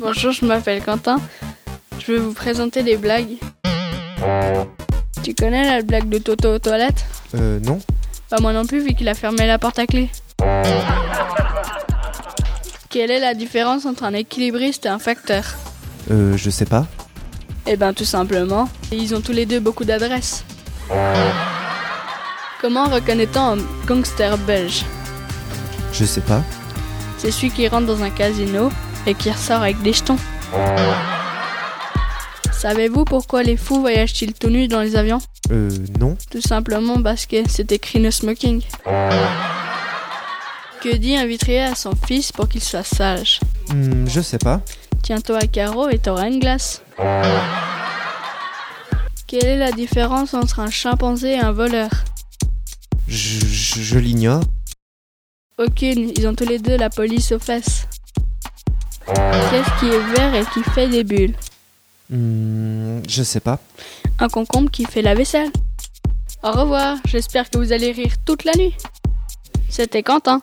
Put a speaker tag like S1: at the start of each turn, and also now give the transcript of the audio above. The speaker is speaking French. S1: Bonjour, je m'appelle Quentin. Je vais vous présenter les blagues. Tu connais la blague de Toto aux toilettes
S2: Euh, non.
S1: Pas moi non plus, vu qu'il a fermé la porte à clé. Quelle est la différence entre un équilibriste et un facteur
S2: Euh, je sais pas.
S1: Eh ben, tout simplement, ils ont tous les deux beaucoup d'adresse. Comment reconnaît-on un gangster belge
S2: Je sais pas.
S1: C'est celui qui rentre dans un casino et qui ressort avec des jetons. Savez-vous pourquoi les fous voyagent-ils tout nus dans les avions
S2: Euh, non.
S1: Tout simplement parce que c'est écrit no smoking. Que dit un vitrier à son fils pour qu'il soit sage
S2: Hmm, je sais pas.
S1: Tiens-toi à carreau et t'auras une glace. Quelle est la différence entre un chimpanzé et un voleur
S2: Je, je- je l'ignore.
S1: Aucune, ils ont tous les deux la police aux fesses. Qu'est-ce qui est vert et qui fait des bulles
S2: Hmm, je sais pas.
S1: un concombre qui fait la vaisselle. Au revoir, j'espère que vous allez rire toute la nuit. C'était Quentin.